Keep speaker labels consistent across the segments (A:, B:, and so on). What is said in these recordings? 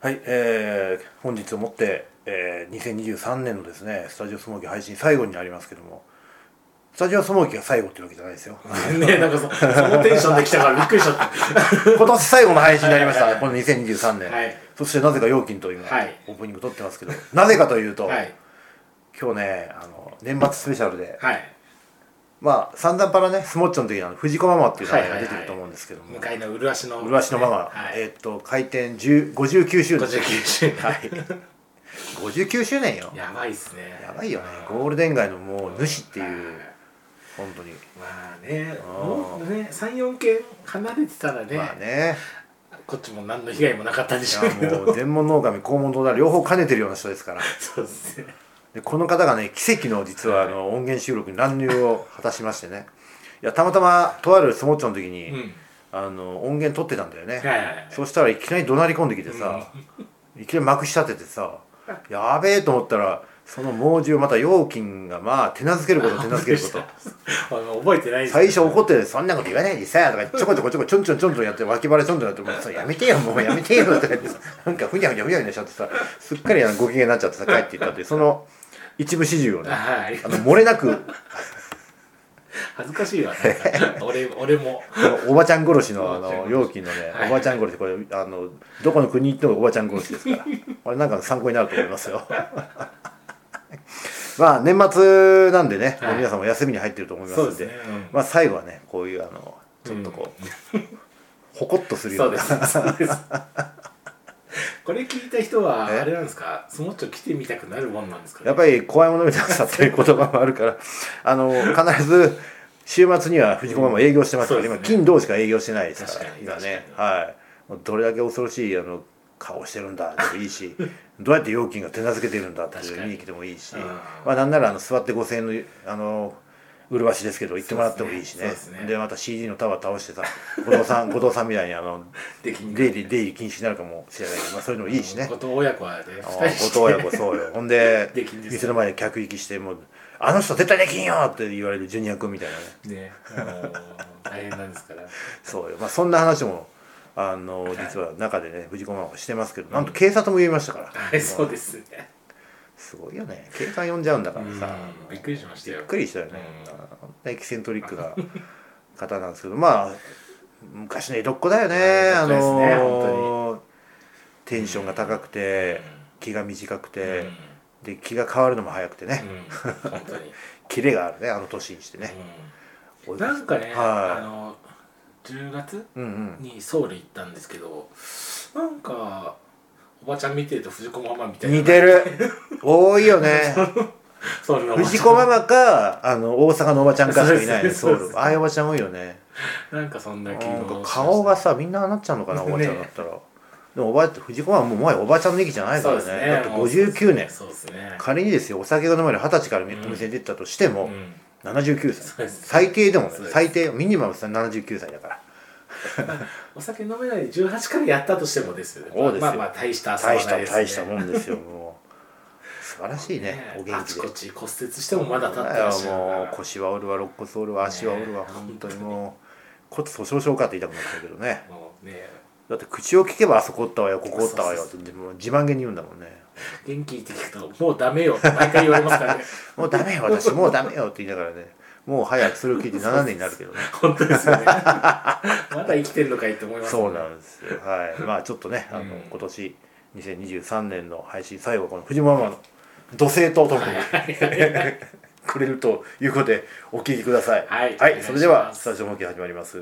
A: はい、えー本日をもって、えー2023年のですね、スタジオスモーキー配信最後になりますけども、スタジオスモーキーが最後っていうわけじゃない ですよ。
B: ねなんかそそのテンションできたからびっくりしちゃった。
A: 今年最後の配信になりました、
B: はいはい
A: この2023年、
B: はい
A: そしてなぜか陽金と今、
B: はい
A: オープニング撮ってますけど、なぜかというと、
B: はい。
A: 今日ね、あの、年末スペシャルで、
B: はい。
A: まあ、散々パラね、スモッチョの時にあの、藤子ママっていう名前
B: は
A: が
B: いはい
A: 出て
B: はい
A: ると思うんですけども、
B: 向かいの麗しの。
A: 麗しのママ、
B: はい。
A: えーっと、開店10 59周年。
B: 59周年。
A: はい。59周年よ。
B: やばいっすね。
A: やばいよね。ゴールデン街のもう主っていう
B: はい、
A: 本当に。
B: まあね、
A: ん
B: もうね、3、4件離れてたらね、
A: まあね、
B: こっちも何の被害もなかったんで
A: い
B: しょうけ
A: やも
B: ど。
A: う全問農神、肛門東大両方兼ねてるような人ですから。
B: そうですね。
A: でこの方がね、奇跡の実はあの音源収録に乱入を果たしましてね。いや、たまたまとあるスモッチョの時に、
B: うん。
A: あの音源撮ってたんだよね。
B: はいはいはい。
A: そしたらいきなり怒鳴り込んできてさ、いきなりまくし立ててさ、やべえと思ったら、その猛獣また陽金がまあ手なずけること手なずけること。
B: あの覚えてないです
A: 最初怒って「そんなこと言わないでさ」とかちょこちょこちょこちょんちょんちょんとやって脇腹ちょんちょんやって「もうそれやめてよもうやめてよ」とか言ってさなんかふにゃふにゃふにゃふにゃしちゃってさすっかりあのご機嫌になっちゃってさ帰っていったっていうその一部始終を
B: あ
A: ね
B: はい
A: あの漏れなく
B: 恥ずかしいわなん か俺俺も
A: あのおばちゃん殺しのあ
B: おばちゃ
A: の
B: ん殺し
A: 容器のね
B: はい
A: おばちゃん殺しこれあのどこの国行ってもおばちゃん殺しですからこれなんか参考になると思いますよ まあ年末なんでね、もう皆さんも休みに入ってると思います
B: そうんで
A: です
B: ね、うん
A: まあ最後はねこういうあのちょっとこう、ほこっとするよ
B: そうう
A: な
B: ですそうですこれ聞いた人は
A: え
B: あれなんですかスモッチョ来てみたくなるもんなんですか、ね、
A: やっぱり怖いもの見たさっていう言葉もあるからあの必ず週末には藤子ママ営業してますから、
B: うんそう
A: 今
B: ですね
A: 金土しか営業してないですから
B: 確かに
A: 今ね
B: 確
A: はいもうどれだけ恐ろしいあの顔してるんだでもいいし どうやって料金が手なずけてるんだって
B: 確
A: いう
B: かに
A: 見に来てもいいし、
B: うん
A: まあなんならあの座って5000円のあの麗しいですけど行ってもらってもいいしね
B: そう
A: で
B: ですね
A: また CD のタワー倒してさ後藤さん 後藤さんみたいにあの
B: できん
A: 出入り出入り禁止になるかもしれないけど、まあ、そういうのもいいしね
B: 後藤親子はね
A: あ
B: 2
A: ー
B: 人して
A: 後藤親子そうよほんで
B: できんですよ
A: 店の前で客行きしてもう「あの人絶対できんよ!」って言われるジュニア君みたいなね
B: ねあの大変なんですから
A: そうよ、まあ、そんな話もあの実は中でね藤子ママはしてますけどなんと警察も言いましたから
B: はい そうですね
A: すごいよね警官呼んじゃうんだからさ
B: うんびっくりしましたよ
A: びっくりしたよね
B: うん
A: あのエキセントリックな方なんですけどまあ昔の江戸っ子だよね
B: 江戸
A: あ
B: っ子ですね
A: のテンションが高くて気が短くてで気が変わるのも早くてね、
B: うん、うん、本当に、
A: キレがあるねあの年にしてね、
B: うん、なんか
A: は
B: ね、
A: い
B: あの10月
A: うんうん
B: にソウル行ったんですけどなんかおばちゃん見てると藤子ママみたいな
A: 似てる多いよ ね
B: ソウルのおばちゃん
A: 藤子ママかあの大阪のおばちゃんかしかいないね
B: そ
A: ソ
B: う
A: ウ
B: です
A: ルああいうおばちゃん多いよね
B: なんかそんな気
A: なんか
B: も
A: 顔がさみんなああなっちゃうのかなおばちゃんだったら、でもおばあって藤子ママももはやおばちゃんの域じゃないからねだって59年
B: そうですね
A: 仮にですよお酒が飲める二十歳からお店に出てたとして
B: う
A: も、
B: ん
A: 79
B: そう
A: 歳
B: です
A: 最低でもね
B: そうです
A: 最低ミニマムさ79歳だから
B: お酒飲めないで18からやったとしてもですよね
A: そうですよ
B: まあまあ大した遊ばな
A: 大
B: い
A: した
B: ですね
A: 大したもんですよもう素晴らしいねお元
B: あ
A: 気
B: ち
A: で
B: こち骨折してもまだ立って
A: い
B: ら
A: や
B: っしゃる
A: もう腰は折るわ肋骨折るわ足は折るわ、
B: ねえ
A: 本当にもう骨粗鬆症かって言いたくなったけどね
B: もうね
A: だって口を聞けばあそこ折ったわよここ折ったわよ
B: そう
A: っ
B: そ
A: てでも自慢げに言うんだもんね
B: 元気って聞くともうダメよって毎回言われま すからね
A: もうダメよ 私もうダメよって言いながらねもう早くそれを聞いて7年になるけ どね
B: 本当ですよねまだ生きてるのかいって思います
A: そうなんですよはいまあちょっとねあの、
B: うん
A: 今年2023年の配信最後はこの藤間ママの土星とともに くれるということでお聞きください
B: はいお願いします
A: それではスタジオ模型始まります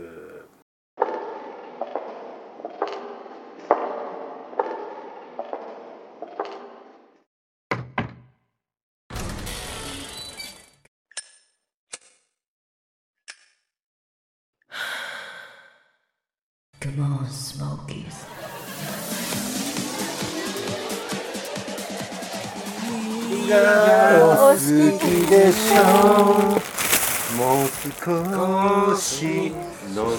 A: お好きでしょもう少し飲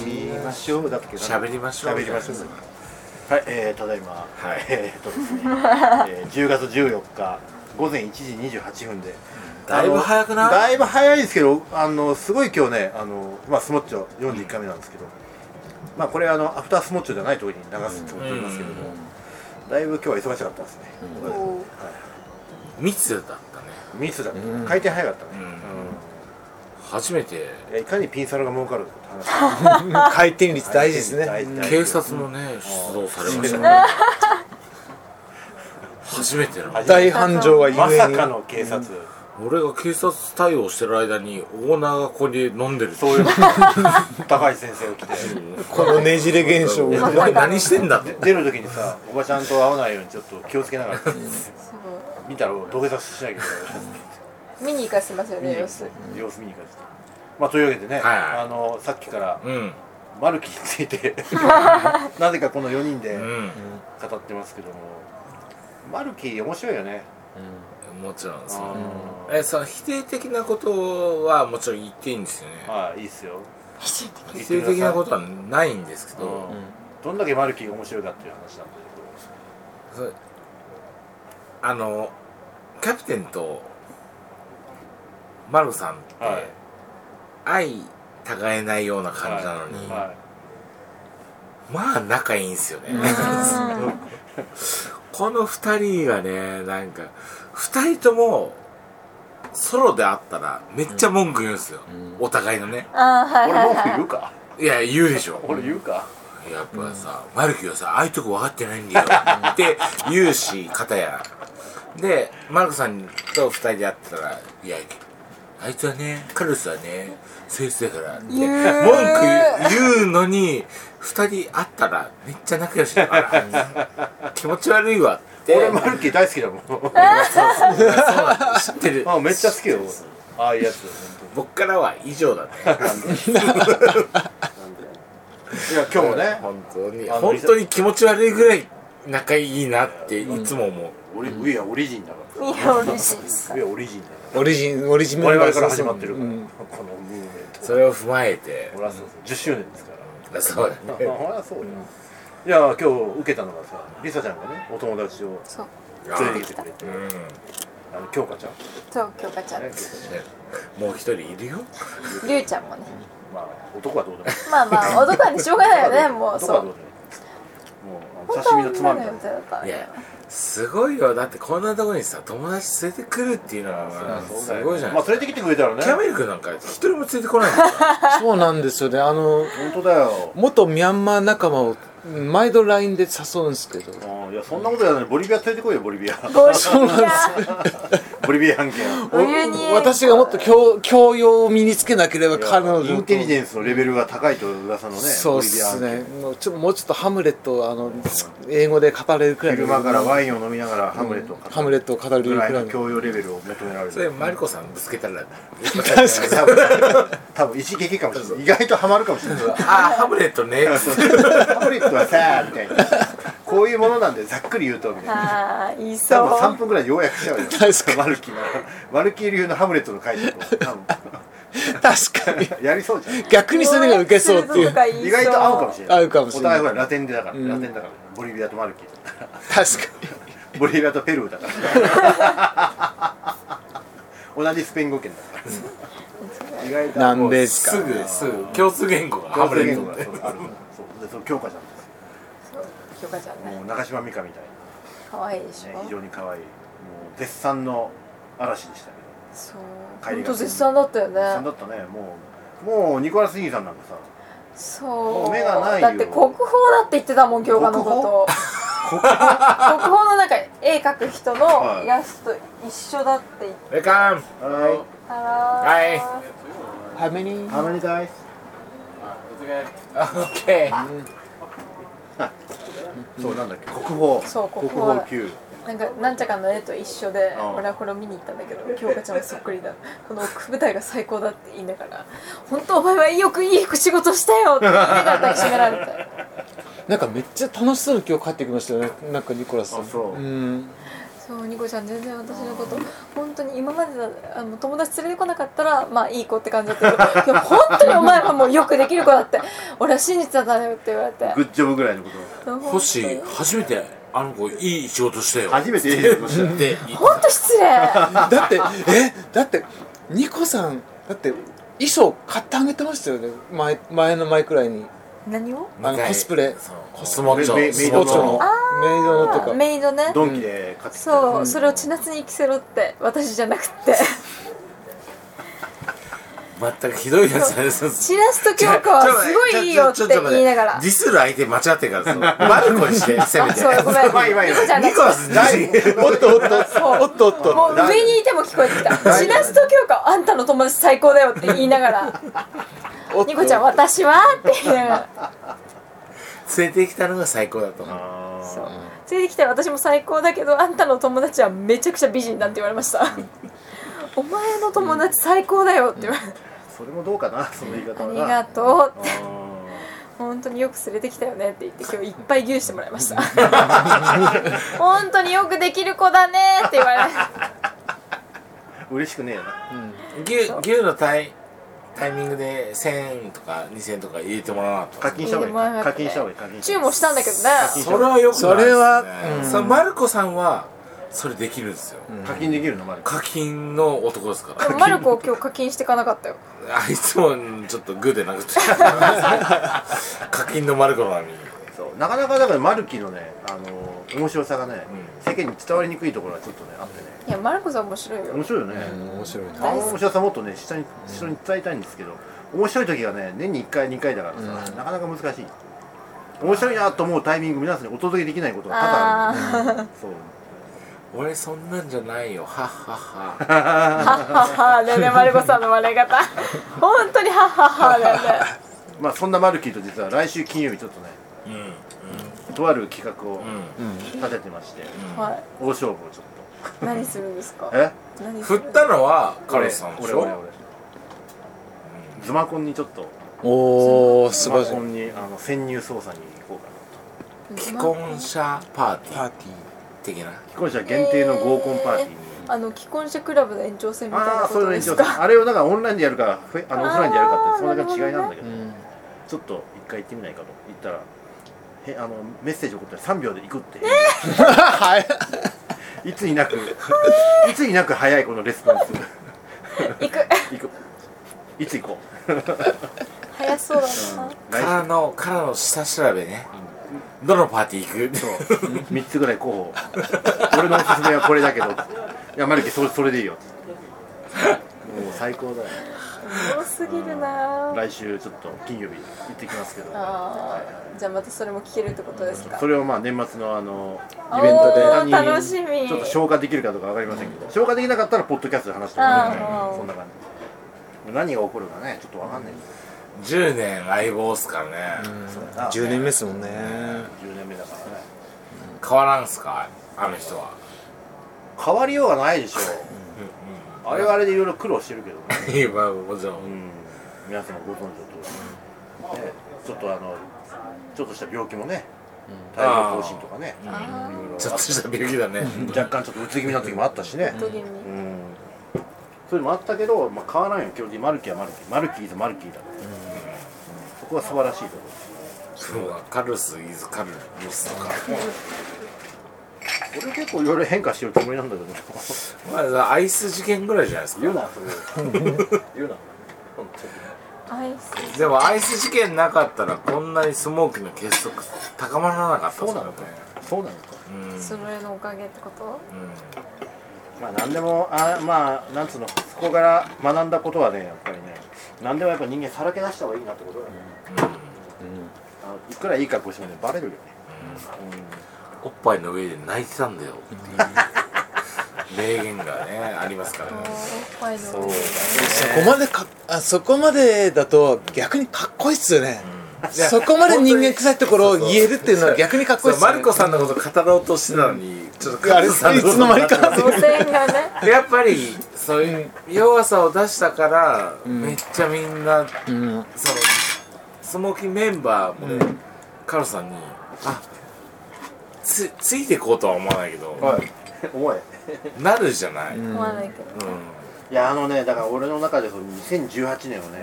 A: みましょうだっけな
B: 喋りましょう
A: 喋りましょうはい、えー、ただいま、
B: はい
A: えーっとですね、えー10月14日午前1時28分で、
B: だいぶ早くない
A: あのだいぶ早いですけどあのすごい今日ねあの、まあ、スモッチョ41回目なんですけど、まあこれあのアフタースモッチョじゃない時に流すってこと言いますけども、だいぶ今日は忙しかったですね、
C: おー
B: 密だったね
A: 密だった、
D: うん
A: 回転早かったね、
B: う
A: うんん
B: 初めて
A: いやいかにピンサロが儲かるかって話
D: 回転率大事ですね
A: 大事大事
B: 警察もね出動されましたね初めてなの
D: 大繁盛がゆえに
A: まさかの警察、
B: 俺が警察対応してる間にオーナーがここで飲んでる
A: そういう高橋先生を来て
D: このねじれ現象
B: お
D: が
B: 前何してんだって
A: 出る時にさおばちゃんと会わないようにちょっと気をつけながら
C: すご
A: 見たら土下座しなきゃいけない
C: い見に行かせてますよ
A: 見に
C: ね
A: 行
C: 様
A: く
C: 子
A: 様子見に行かせてまあというわけでね、
B: はい
A: あのさっきから
B: うん
A: マルキについてなぜかこの4人で
B: うん
A: 語ってますけどもマルキ面白いよね
B: もちろんそ
A: あ
B: う
A: ー
B: えその否定的なことはもちろん言っていいんですよね
A: ああいいっすよ
B: 否定的なことはないんですけ
A: う
B: ど
A: んどんだけマルキが面白いかっていう話なんだ
B: それあのキャプテンとマルさんって、
A: はい
B: 相互えないような感じなの
A: け
B: に、
A: ど、は、
B: まあ仲いいんすよね、この2人がねなんか2人ともソロで会ったらめっちゃ文句言うんすよ、お互いのね
C: あーはいい
A: 俺
C: はい
A: 文句
C: は
A: 言うか
C: い
B: いや言うでしょ
A: 俺言うか
B: やっぱさ、マルキはさ、ああいうとこ分かってない んだよって言うし、片や。で、マルコさんと二人で会ってたら、いや、あいつはね、カルロスはね、そういう人だからって、文句
C: 言う
B: 言うのに、二人会ったらめっちゃ仲良しだ から、気持ち悪いわって、
A: 俺マルキ大好きだもん
B: 知ってる。
A: あめっちゃ好きよああいうやつ
B: 僕からは以上だね。
A: いや今日もね、
B: 本当に、
A: あの
B: 本当に気持ち悪いぐらい仲いいなっていつも思う。
A: オリいやオリジンだから
C: いや嬉しい
A: いやオリジンだか
D: オリジンオリジン
A: ら我々から始まってるから、
D: うん
A: このムーブメント
B: それを踏まえて、
A: 俺はそう10周年ですから
B: そうだね。
A: まあほらそうよ、いや今日受けたのがさリサちゃんがねお友達を
C: そう
A: 連れてきてくれて
B: う
A: あの京香ちゃん
C: そう京香ちゃん
A: ね
B: ん、
C: り
B: もう一人いるよ。
C: ゅうちゃんもね
A: まあ男はどうでもいい
C: まあまあ男にしょうがないよねもう
A: 男
C: そ
A: はどう
C: う
A: でもいいもうあ
C: 本
A: の刺身の
C: 当は
A: つま
C: 女
A: み
C: の
A: だ
C: 予定だった
B: い
C: ね
B: や、すごいよ。だってこんなとこにさ、友達連れてくるっていうのは
A: そう
B: す
A: だよ
B: ごいじゃな
A: ま
B: い
A: あ。連れてきてくれたらね
B: キャメル君なんか一人も連れてこないんだよ。
D: そうなんですよねあの
A: 本当だよ
D: 元ミャンマー仲間を毎度 LINE で誘うんですけど
A: うんいやそんなことやのにボリビア連れてこいよボリビア
C: ご主人が
A: ボリビア案件
C: お湯に
D: 私がもっと教教養を身につけなければ彼女と
A: インテリジェンスのレベルが高いと噂のね
D: そうっすねもうちょもうちょっとハムレットをあの英語で語れるくらいの
A: 昼間からワインを飲みながらハムレットを
D: ハ
A: 語
D: ム
A: る
D: レットを語れ
A: ぐ
D: るく
A: ら
D: らい
A: い
D: の
A: の教養レベルを求められる
B: そ れマリ コさんぶつけたら、
A: 多分多分一撃かもしれない意外とハマるかもしれない
B: あー、ハムレットね。
A: ハムレットはさみたいなこういうものなんでざっくり言うとみたいな
C: ああ言いそ
A: 多分3
C: う
A: 分ぐらいでようやくしちゃうよ
D: 確かに
A: マルキーのマルキー流のハムレットの解釈を多分
D: 確かに
A: やりそうじゃん
D: 逆にそれが受けそうってい
C: と
D: う
C: か言いそう
A: 意外と合うかもしれない
D: 合うかもしれない
A: お互いほらラテンでだから、ラテンだからボリビアとマルキーだか
D: 確から
A: ボリビアとペルーだから同じスペイン語圏だから意外と
D: になんですか
B: すぐ、すぐ、共通言語がハ
A: ハム
B: ム
A: レッ
B: レッ
A: ト
B: ト
A: が
B: って。
A: そうあるそうでその強化じゃんです
C: 京香ちゃんね
A: もう中島美嘉みたい
C: 可愛いでし
A: な、ね、非
C: ょ
A: 常に可愛いもう絶賛の嵐でしたけど
C: そう
A: 帰り
C: 本
A: が
C: 当絶賛だったよ
A: 絶賛だ
C: ね
A: ったねもうもうニコラス・イーさんなんかさも
C: そう
A: 目がないよ
C: だって国宝だって言ってたもん京香のこと 国宝の中に絵描く人のイラスト一緒だって言っ
B: ウェカン
A: あの
C: たら
B: はい
D: ハメに
A: ハムリガイス
B: オッケー。
A: そうなんだっけ国宝
C: そう国
A: 国
C: 宝
A: 宝級
C: なんかなんちゃかの絵と一緒で
A: うん
C: 俺はこれを見に行ったんだけど京香ちゃんもそっくりだ この奥舞台が最高だって言いながら「本当お前はよくいい仕事したよ」って言いながら抱きしめられて
D: なんかめっちゃ楽しそうに今日帰ってきましたよねなんかニコラスさん
A: あそうん
C: そうニコちゃん全然私のこと本当に今までだあの友達連れてこなかったらまあいい子って感じだったけどでも本当にお前はもうよくできる子だって俺は信じてたんだよって言われて
A: グッジョブぐらいのこと
B: 星、初めてあの子いい仕事したよ。
A: 初めていい仕事したよ
B: で、
C: 本当失礼
D: だってえだってニコさんだって衣装買ってあげてましたよね前前の前くらいに
C: 何を
D: あのコスプレ
B: そうコスモチョ
A: メメ
B: コス
A: メ
B: モ
A: イド
B: チョ
A: の
B: の
D: メイドのと
C: あ
D: か
C: メイドね
A: ドンキで買ってきた
C: そう、
D: うん
C: それを千夏に着せろって私じゃなくって
B: 全くひどいやつだねそう
C: 千夏と京子はすごいいいよって言いながら
B: ディスる相手間違ってる からそうマルコにしてせめ
C: あ
B: て
C: そうごめん
A: うまい
C: ニ
A: うまい
C: コちゃん
B: ニコラス
C: が
B: 自身
D: おっとおっとおっとおっと
C: もう上にいても聞こえてきた「千夏と京子あんたの友達最高だよ」って言いながら
D: おっ
C: 「ニコちゃん
D: は
C: 私は?」って言いなが ら
B: 連れてきたのが最高だと思う
A: あ
C: そ
A: ー
C: う連れてきたら私も最高だけどあんたの友達はめちゃくちゃ美人だって言われま した「お前の友達最高だよ」って言われて
A: それもどうかなその言い
C: 「
A: 方
C: あ
A: は
C: り
A: な
C: がとう」って
A: あ
C: 本当によく連れてきたよねって言って今日いっぱい牛してもらいました 本当によくできる子だねって言われ
A: ー嬉しくねえよな
B: 牛牛のタイタイミングで1000とか2000とか入れてもらわなかった
A: 課金した方がいい課金した方がいい課金した
C: 注
A: 方がい
C: 文
A: い
C: したんだけどね
B: それはよくないですね
D: それはうん
B: さあマルコさんはそれできるんですよ、
A: 課金できるのまだ
B: 課金の男ですか
C: で
B: ら
C: もマルコ今日課金していかなかったよ
B: あいつもちょっとグーでな くて課金のマルコなのに
A: そうなかなかだからマルキのねあのー面白さがね
B: うん
A: 世間に伝わりにくいところはちょっとねあってね
C: いやマルコさん面白いよ
A: 面白いよね
D: 面白いな
A: あの面白さもっとね下に人に伝えたいんですけど面白い時がね年に1回2回だからさなかなか難しい面白いなと思うタイミング皆さんにお届けできないことが多々あ
C: あー
A: るそう
B: 俺そんなんじゃないよはっはっは
C: はっはっはだよねマルコさんの笑い方本当にはっはっは だよね
A: まあそんなマルキーと実は来週金曜日ちょっとね
B: うんうん
A: とある企画を
B: う
A: 立ててまして
C: は
A: 大勝負をちょっ
C: い何するんですか
A: とえ
C: 何
B: ん
C: す
B: 振
C: る
B: ったのはカルロスさんで
A: 俺
B: し
A: 俺俺
B: ょ
A: 俺ズマコンにちょっと
D: おお素
A: ズ
D: 晴
A: マ
D: らしい
A: コンにあの潜入捜査に行こうかな
B: 既婚者パーティ
D: パ
B: ー
D: ーテ
B: 的な
A: 既婚者限定の合コンパーティーに、
C: あの既婚者クラブの延長戦みたい
A: あ
C: な
A: あ
C: こ
A: そういう
C: と
A: の
C: で
A: 一
C: す
A: 応
C: か
A: あれをなんかオンラインでやるかフェあの
C: あー
A: オフラインでやるかってそんな感じ違いなんだけど
D: ィーうん
A: ちょっと一回行ってみないかと言ったらへあのメッセージ送ったら3秒で行くって、
D: はい
A: いつに なくいつになく早いこのレスポンス
C: 行く
A: 行くいつ行こ
C: 早そうだな
A: う
B: か
A: 来
B: らのからの下調べねどのパーティー行く
A: 週そう3つぐらい候補俺のおすすめはこれだけどいやマルキそれそれでいいよもう最高だよ
C: おもろすぎるな
A: 来週ちょっと金曜日行ってきますけど
C: あーじゃあまたそれも聞けるってことですか
A: それをまあ年末のあの
C: イ
A: イベントで
C: 楽しみ
A: ちょっと消化できるかどうかわかりませんけど、消化できなかったらポッドキャストで話してもらうみたい
C: あ
A: な
C: ー
A: そんな感じ何が起こるかねちょっとわかんないですよ
B: 10年相棒っすからね、
D: 10年目ですもんね
A: 10年目だからね
B: 変わらんすかあの人は
A: 変わりようがないでしょあれはあれでいろいろ苦労してるけどね、
B: 今もちろ
A: うんん、皆様ご存知のとおり、ね、ちょっとあのちょっとした病気もね体力更新とかねいろい
C: あ
A: ろあっ
B: ちょっとした病気だね
A: 若干ちょっとうつ気味な時もあったしね
C: ー時に
A: うんそれもあったけど、まあ、変わらんよ基本的にマルキーはマルキーマルキーズマルキーだから、そこは素晴らしいところ
B: そうだカルロスイズカルロスとか
A: 俺結構いろいろ変化してるつもりなんだけど
B: まあアイス事件ぐらいじゃないです か
A: 言うなそれ 言うな本
C: アイス
B: でもアイス事件なかったらこんなにスモーキーの結束高まらなかった
A: 当
B: っ
A: にそう
B: す
A: なのかそうなのか
B: うんうん
C: それのおかげってこと
A: まあ何でもあまあなんつうのそこから学んだことはねやっぱりね何でもやっぱ人間さらけ出した方がいいなってことだよね、あのいくらいい格好してもねバレるよね、
B: おっぱいの上で泣いてたんだよっていう 名言がねありますから
C: お
B: ね
C: っぱいの上で
D: そこまでかあそこまでだと逆にかっこいいっすよね
B: いや
D: そこまで人間臭いところを言えるっていうのは逆にかっこいいっす
B: マ
D: よ
B: ル
D: ね
B: コさんのこと語ろうとしてたのにちょっと
D: あれいつの間にか
C: 路線がね
B: やっぱりそういう弱さを出したから、めっちゃみんな
D: うん
B: そのスモーキーメンバーもね、カロさんにあつついてこうとは思わないけど、
A: おい
B: なるじゃない、うん
C: 思わないけど
A: いやあのねだから俺の中でその2018年をね、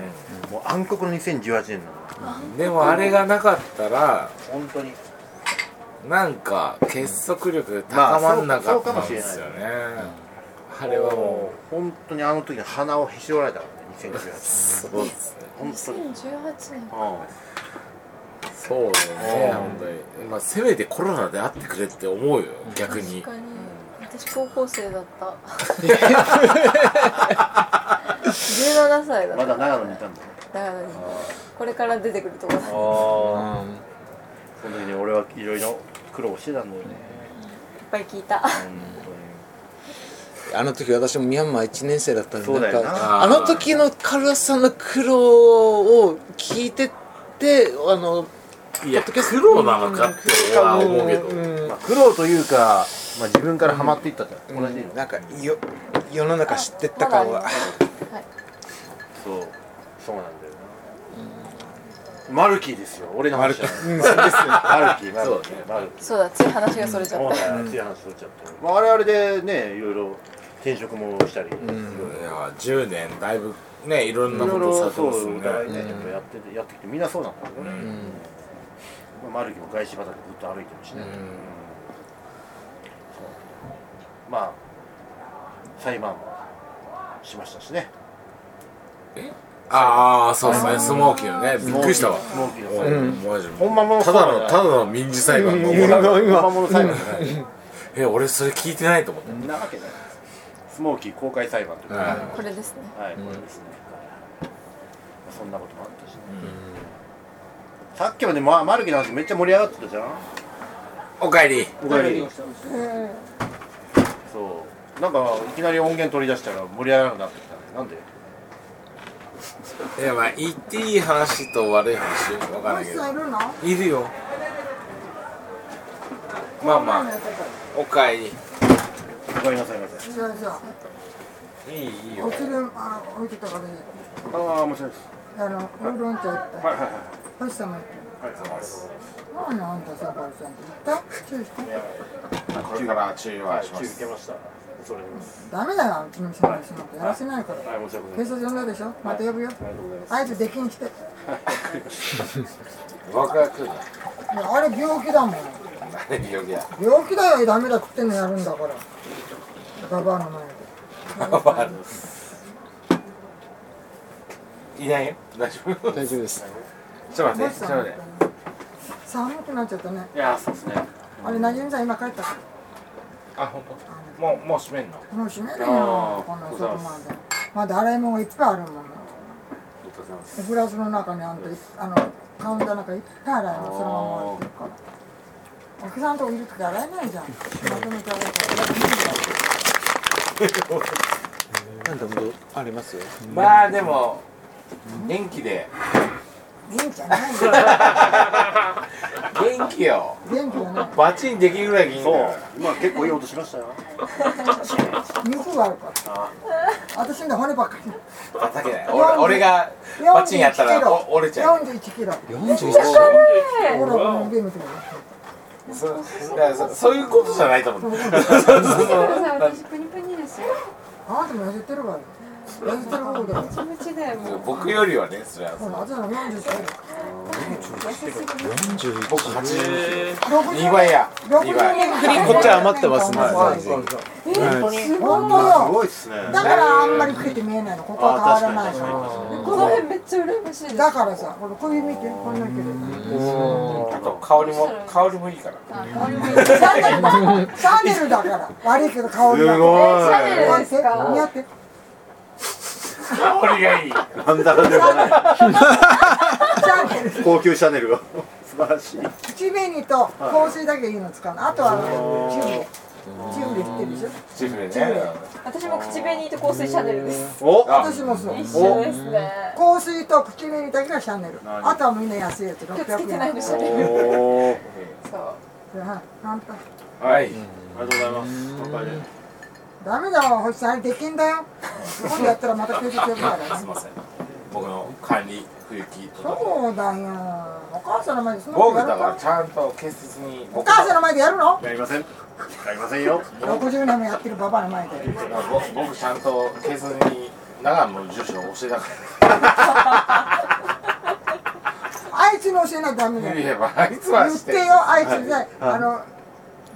A: もう暗黒の2018年なの
B: でもあれがなかったら
A: 本当に
B: なんか結束力高まんなかったんですよね、あれはも
A: う本当にあの時の鼻をへし折られたからね2018
B: うそうですね
A: 本当に
C: 2018年
A: うん
B: そうだね本当にまあせめてコロナで会ってくれって思うよ逆に
E: 確かに私高校生だった 17歳だった
A: まだ長野にいたんだね
E: 長野にこれから出てくるとこだ
A: あ
D: う
A: あ
D: ん
A: その時に俺はいろいろ苦労してたんだよね
E: いっぱい聞いた
A: 本
D: あの時私もミャンマー1年生だったんで
A: そうだよな
D: なんかあの時のカルアスさんの苦労を聞いてってあの
B: いや苦労なのかって俺は思うけど
A: 当
D: ん
A: にまあ苦労というかまあ自分からハマっていったじゃん同じ
D: うんなんかよ世の中知ってった感
E: まだ
D: は
E: ありますはい
A: そうそうなんだよなマルキーですよ俺の話じゃない
D: うんそ うですよ
A: マルキーマル
B: そう
A: キ
B: だ
A: ー
B: ね
A: マルキー
E: そうだつい話がそれちゃ
A: も
E: っ
A: う
E: た
A: ね、熱い話取っちゃって、まあ、我々でねいろいろ転職もしたり、
B: いや10年だいぶねいろん
A: い
B: な
A: ろ
B: こ
A: い
B: とをさ
A: ろ
B: れて
A: そ
B: ま
A: う
B: すもん
A: お
B: ね
A: 互いね、やっぱやっててやってきてみんなそうなんだけどね、
B: うん
A: まあ、マルキも外資畑ずっと歩いてるしね、
B: う
A: う
B: ん
A: んそうまあ裁判もしましたしね
B: ああそうですねスモーキーのねびっくりしたわ
A: スモーキーの
B: う
A: 裁判、
B: んマジ
A: 本間も
B: ただのただの民事裁判のもな
A: 本間もの裁判じゃない、
B: え俺それ聞いてないと思って
A: んなわけないスモーキー公開裁判というか、
B: はい
E: これですね
A: はい、これですね、まあそんなこともあったしね、さっきまで、まあ、マルキの話めっちゃ盛り上がってたじゃん
B: おかえり
A: おかえり
E: うん
A: そうなんかいきなり音源取り出したら盛り上がらなくなってきたねなんで
B: いやまあ言っていい話と悪い話わかんないけどいるよまあまあおかえり
A: おかえりなさいませ
F: じゃあじゃあ、
B: いいいい
F: お
B: よ
F: 釣りあ置いてたからね、
A: ああ面白いです
F: あの、ウーロン茶行っ
A: は
F: た。
A: いはいはい
F: パスタも行っ
A: ありがとうございます
F: た。なんであんたさ、バルさんって言った注意して。
B: これから注意
A: は
B: はいしま
A: 中
B: す
A: 継ました恐れ入ります
F: ダメだよ、うちの人の仕事やらせないから。
A: はい申し訳ない
F: 警察呼んだでしょまた呼ぶよ。
A: ありがとうございます
F: あいつ出禁して。い
B: 若くな
F: やあれ病気だもん。
B: い病気や
F: 病気だよ、ダメだ食ってんのやるんだから。ババアの前で。
B: いないよ大丈夫ちょっ
D: 大丈夫です
B: と待っ
F: パ
B: て
F: ス
B: ちょっ
F: タ
B: と
F: も
B: 待
F: 行
B: っ
F: ってたね寒くなっちゃったね。
A: いやーそうですね
F: あれ、なじみさん今帰った。
B: あ本当。もうもう閉めんの
F: もう閉めるよ、この外まで。まだ洗い物がいっぱいあるもん。グラスの中にあんたあのカウンターの中いっぱい洗いのそのまま置いてるからお客さんとこいる時洗えないじゃんまとめてあげるからいやいいよ
D: なんでもありますよ
B: まあでも元気で
F: 元気じゃないよ
B: 元気よ
F: 元気がない
B: バチンできるぐらい元気
A: そう
B: だよ
A: 今結構いい音しましたよ
F: 肉があるから私んで骨ばっかり
B: 畑だよ俺俺が バチンやったらお折れちゃう
F: 41キロ
D: 41
F: ほらこのゲームとか
B: そだからそそういうことじゃないと思うそうそうそう
C: 見てください、私プニプニですよ。
F: あんたも痩せてるわよ痩せてる方 だよ
C: ムチムチだよ、もう。
B: 僕よりはねそれは
F: ほら私は41キ
C: 痩せすぎ
B: 僕80
F: ロ
B: 2倍や2倍
F: 倍
D: こっち余ってますね
F: はい
D: 全然
C: すごい。
F: 本当
A: す
F: よ
A: ごいっすね
F: だからあんまり食って見えないのここは
A: あー確か
F: 変わ
A: らに確
F: ないの
A: か
C: この辺めっちゃ羨ましいです。
F: だからさ、これ小指見て、こんなけど。
B: あと香りも香りもいいから
F: シャネルだから。シャネルだから。悪いけど香り
C: えシ
F: が。
C: ャネルですか。
F: 似合ってる。
B: 香りがいい
A: になんだかでもない
F: シャネル。
A: 高級シャネルが素晴らしい
F: 口紅と香水だけいいの使うの。あとはチューで。チューで振ってるでしょ。
B: チーフで
F: チーフ
B: ね
F: で
C: 私も口紅と香水シャネルです。
A: お
B: あ
F: 私もそう。
C: 一緒ですね。
F: 香水と口紅だけがシャネル。
A: 何
F: あとはみんな安いやつ。
C: 気を
F: 600
C: つけてない
F: 円
C: の。シャネル。
A: おー
C: そう。
F: はい乾杯
B: は
A: あ
B: い
A: りがとうございます乾杯で
F: ダメだわ、星さん。あれできんだよ。今度やったらまた休日呼ぶから
B: すい
F: ね。
B: ません僕の管理不行き
F: そうだよ。お母さんの前でそんなこ
B: 僕
F: とや
B: だ
F: る
B: から
F: か
B: ちゃんと結節に
F: お母さんの前でやるの
A: やりませんやりませんよ
F: 60年もやってるババアの前で。
B: 僕僕ちゃんと警察に長野の住所を教えたか
F: あいつに教えないとダメだ
B: ら
F: よ。
B: 言えばあいつは
F: 言
B: し
F: っててよ、あいつで、あの、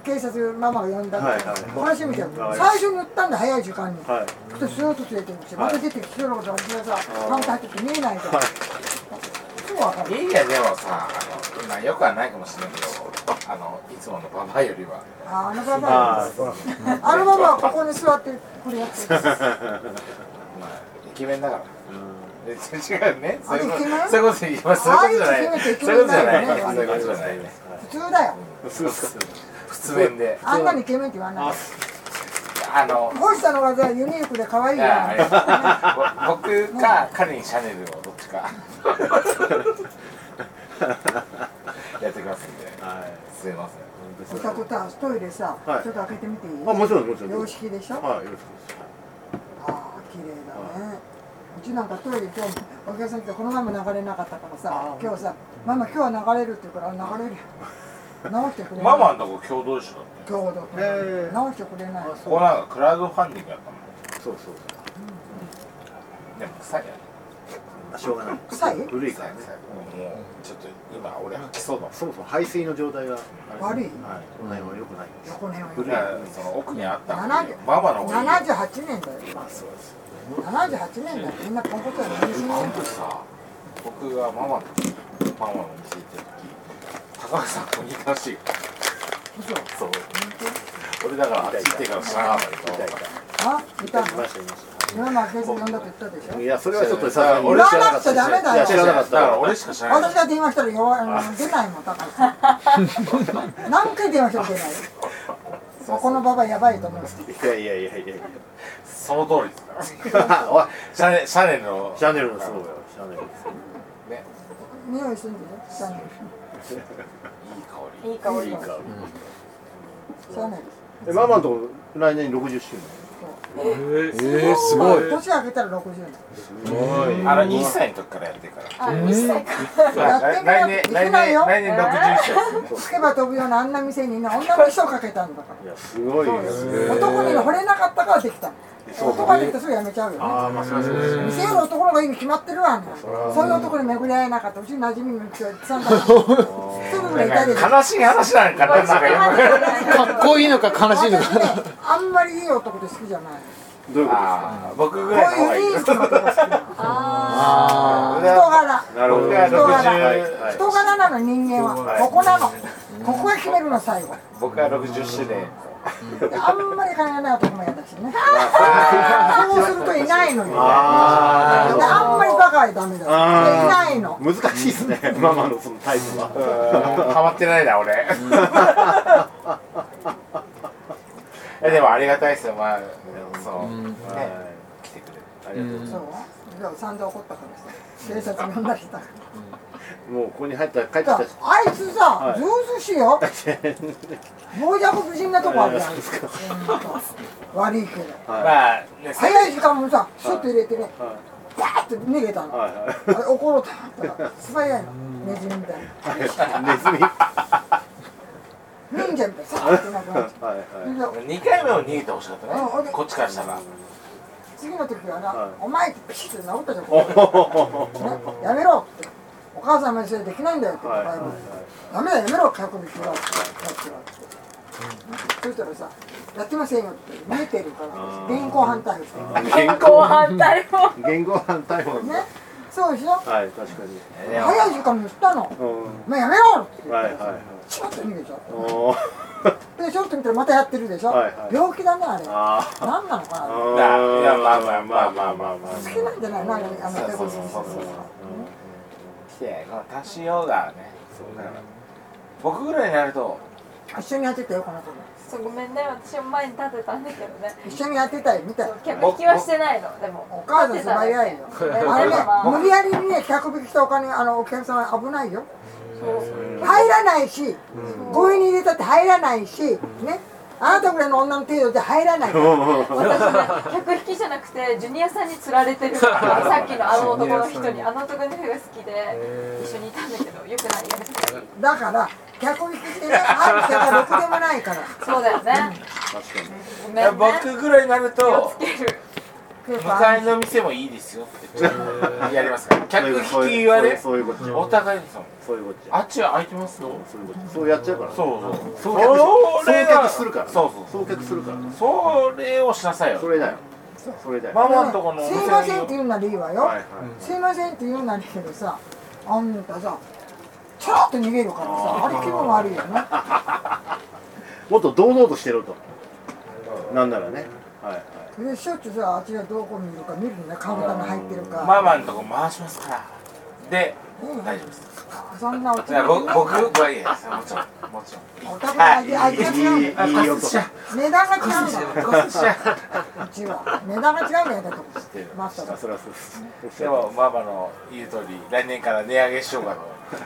F: 警察ママが呼んだ
A: はい
F: か
A: は
F: ら、
A: い
F: 話見てよ
A: はい
F: 最初に言ったんだ、早い時間に。
A: はい
F: そしてスーッと連れてるんですよ。また出てきて、そのことがさ、パンと入ってきて見えないじゃん。そうわかる。
B: いいやでもさあのまあよくはないかもしれないけどあのいつものババアよりは
F: ああのバ
A: あ
F: バ
A: あそうなんだ
F: ア あのババアここに座ってこれやってる
B: まあイケメンだから別に違うねそういうこ
F: あイケメ
B: と
F: ン
B: そういうことで今そういうことじゃない
F: ああい
B: そうい
F: うイケメ
B: うこ
F: ン
B: とじゃない
F: ってイケメンだよね
A: そ
B: そういうことじゃないね
F: 普通だよ
A: うですか
B: 普通面で
F: あんなにイケメンって言わない
B: あの
F: こうしたのがじゃあユニークで可愛い
B: い
F: よ
B: やあれぼ僕か彼にシャネルをどっち かやってきますんで
A: はい
B: すいませ
F: おたこたトイレさ、
A: はい
F: ちょっと開けてみていい
A: あもちろんもちろん
F: 洋式でしょ、
A: はいよろしく
F: ああ綺麗だねうちなんかトイレ今日お客さん来てこの前も流れなかったからさ今日さ「ママ今日は流れる」って言うからあ流れる直してくれない
B: んママのとこ共同一緒だった
F: 今日だと
A: ええ
F: 直してくれない
A: あ
B: ここなんかクラウドファンディングやったもん
A: そうそうそう
B: でも臭いやね
A: まあしょうがない
F: 臭い
A: 古いか
B: 臭
A: ら
B: い
A: ね
B: 臭いもうちょっと今俺吐きそうだもん
A: そもそも排水の状態があれ
F: 悪い
A: はいこの辺は良くないんですよ
F: 横の辺
A: 古
B: だ
A: い
F: は
B: からその奥にあった方がいいよ
F: 70
B: ママの方がいいよ
F: 78年だよ
B: まあそうです
F: 78年だよみんなポンコツや何し
B: あ
F: に
B: の時さ僕がママの時ママの店行った時高橋さんここにいたらしいよそう俺だからあっち行ってから知らなかったけど
F: あいたの
A: いましたいました
F: 今の開けず呼んだと言ったでしょ
A: いやそれはちょっと
B: だから
A: さ
B: 俺
F: 知らなかった
A: 知らなか
F: いや
A: 知らなかった
B: だから俺しか知らない
F: 私が電話したら弱いあの出ないもん高橋さん何回電話しても出ないそこのババアやばいと思
A: い
F: う
A: やいやいやいやいや
B: その通りですから
A: おい
B: シャネシャネルの
A: シャネルのそうよシャネルのそう
B: ね
F: 匂いするんでしょシャネ
B: いい香り
C: いい香り
A: いいか
F: ルシャネル
A: えママのとこ来年60周
D: えー、すごい
F: 年明けたら60年
B: あの1歳の時からやってるから
C: あ一切か
F: やってみ
B: 来
F: ようって
B: 年来年
F: できないよ
B: 来年61歳ですね
F: つけば飛ぶようなあんな店にね女の人をかけたんだから
A: 年いやすごいよ
F: 男に惚れなかったからできたの男ができたらすぐやめちゃうよ
A: ああまあそりゃそう
F: ね店の男の方がいいに決まってるわあんなそういう男に巡り合えなかったうちの馴染みの人はさんだからすぐぐらいいたでしょ
B: 悲しい話なんかななんか今
D: かっこいいのか悲しいの
F: 私ね
D: か
F: あんまりいい男で好きじゃない
A: どういうことですか
B: あー僕ぐ
F: こ
B: らいの方が
F: う
B: いい
F: いういい男が好きなの
D: あ
F: 人柄
A: なるほど
B: 僕が
F: 人柄
B: 60
F: 人柄なの人間はここなのここが決めるの最後
B: 僕は60周年
F: であんまり金がない男も嫌だしねそうするといないのよで
A: あ
F: あんまりバカはダメだ
A: あ
F: しでいないの
A: 難しいですねママのそのタイプは
B: ハマってないな 俺えでもありがたいですよまあそうね来てくれる
A: ありがとうございます
F: そうでも散々怒ったからさ警察呼んだりしたか
A: もうここに入ったら帰って
F: ら
A: き
F: だ
A: た
F: か
A: し
F: らあいつさ
A: い
F: ずうずうしいよ傍若無人なとこあるじゃんほんと悪いけど
B: まあね
F: 早い時間もさスッと入れてねバーッと逃げたのあ
A: はいはい
F: れ怒ろうと思ったら素早いのネズミみたい
A: ネズミ
F: な忍者みたいにさーってなくなっち
A: はい
F: ゃ
A: は
F: うで
B: 2回目を逃げてほしかった
F: うん
B: ねこっちからしたら
F: 次の時はな、
A: はい
F: お前ってピシッて治ったじゃん、
A: いほほほほ
F: ね、やめろってお母さんのせいできないんだよって、
A: はいはい
F: お
A: は
F: 前もダメだやめろ覚悟しろって覚悟しろって、そしたらさやってませんよって見えてるから
A: あー
F: 現行犯逮捕して
A: い
C: ら後半誰も
A: 言言語犯逮捕
F: ねそうでしょ
A: はい確かに
B: でも
F: 早い時間に言ったの
A: うん
F: お前やめろって
A: はいはいはい
F: ちょっと逃げちゃう
A: おー
F: でちょっと見たらまたやってるでしょ、
A: はいはい
F: 病気だねあれ
A: あー
F: 何なのかな
A: あー
B: いやまあまあまあまあまあまあ
F: 好きなんじゃないなんかあの
B: そう
F: エ
B: そ
F: ゴ
B: う
F: ス
B: そう
F: に
B: そうそう来てこの足しようがねだから僕ぐらいになると
F: 一緒にやってたよこの子も
C: そうごめんね私も前に立てたんだけどね
F: 一緒にやってたよ見たよ
C: 客引きはしてないのでも
F: お母さん素早 いよ。あれね、無理やりね、客引きしたお金、あのお客様危ないよ。入らないし、強引に入れたって入らないし、ね。あなたぐらいの女の程度じゃ入らない。
C: 私ね客引きじゃなくてジュニアさんに釣られてるさっきのあの男の人にあの男の人が好きで一緒にいたんだけどよくないよ
F: だから、客引きしてね、ある人がろくでもないから。
C: そうだよね
A: 確かに
C: ご
B: い
C: め
B: や
C: んね
B: 僕ぐらいになると
C: つける
F: 結
B: 向
F: 構
B: かいの店もいいですよってちょっとやりますから客引きはね
A: そういうこと
B: お互いにそう
A: そういうこと
B: あっちは空いてますよ
A: そういうことそうやっちゃうから
B: そうそう
A: 送
B: それ
A: 客
B: が
A: するから
B: そうそう
A: 送客するから
B: それをしなさいよ
A: それだよそれだよ
B: ママのとこのお
F: す
B: 店
F: いませんって言うならいいわよ
A: はい。はい
F: すいませんって言うならいいけどさ、あんたさ、チャーって逃げるからさあれ気分悪いよね
A: もっと堂々としてるとなんならねはいはい
F: それでしょっちゅうさあっちがどこ見るか見るのねカウンターに入ってるか
B: ママのとこ回しますからで
F: うん
B: 大丈夫です
F: そんなお
B: い
F: ち
B: や
F: ゃ
B: 僕僕はいいですもちろんもちろん
F: お互いに味が違うんだよ
A: いいいい音
F: 値段が違うんだようちは値段が違うんだよだとマスターだ
A: あそれはそうです
B: でもママの言う通り来年から値上げしようかと
F: あ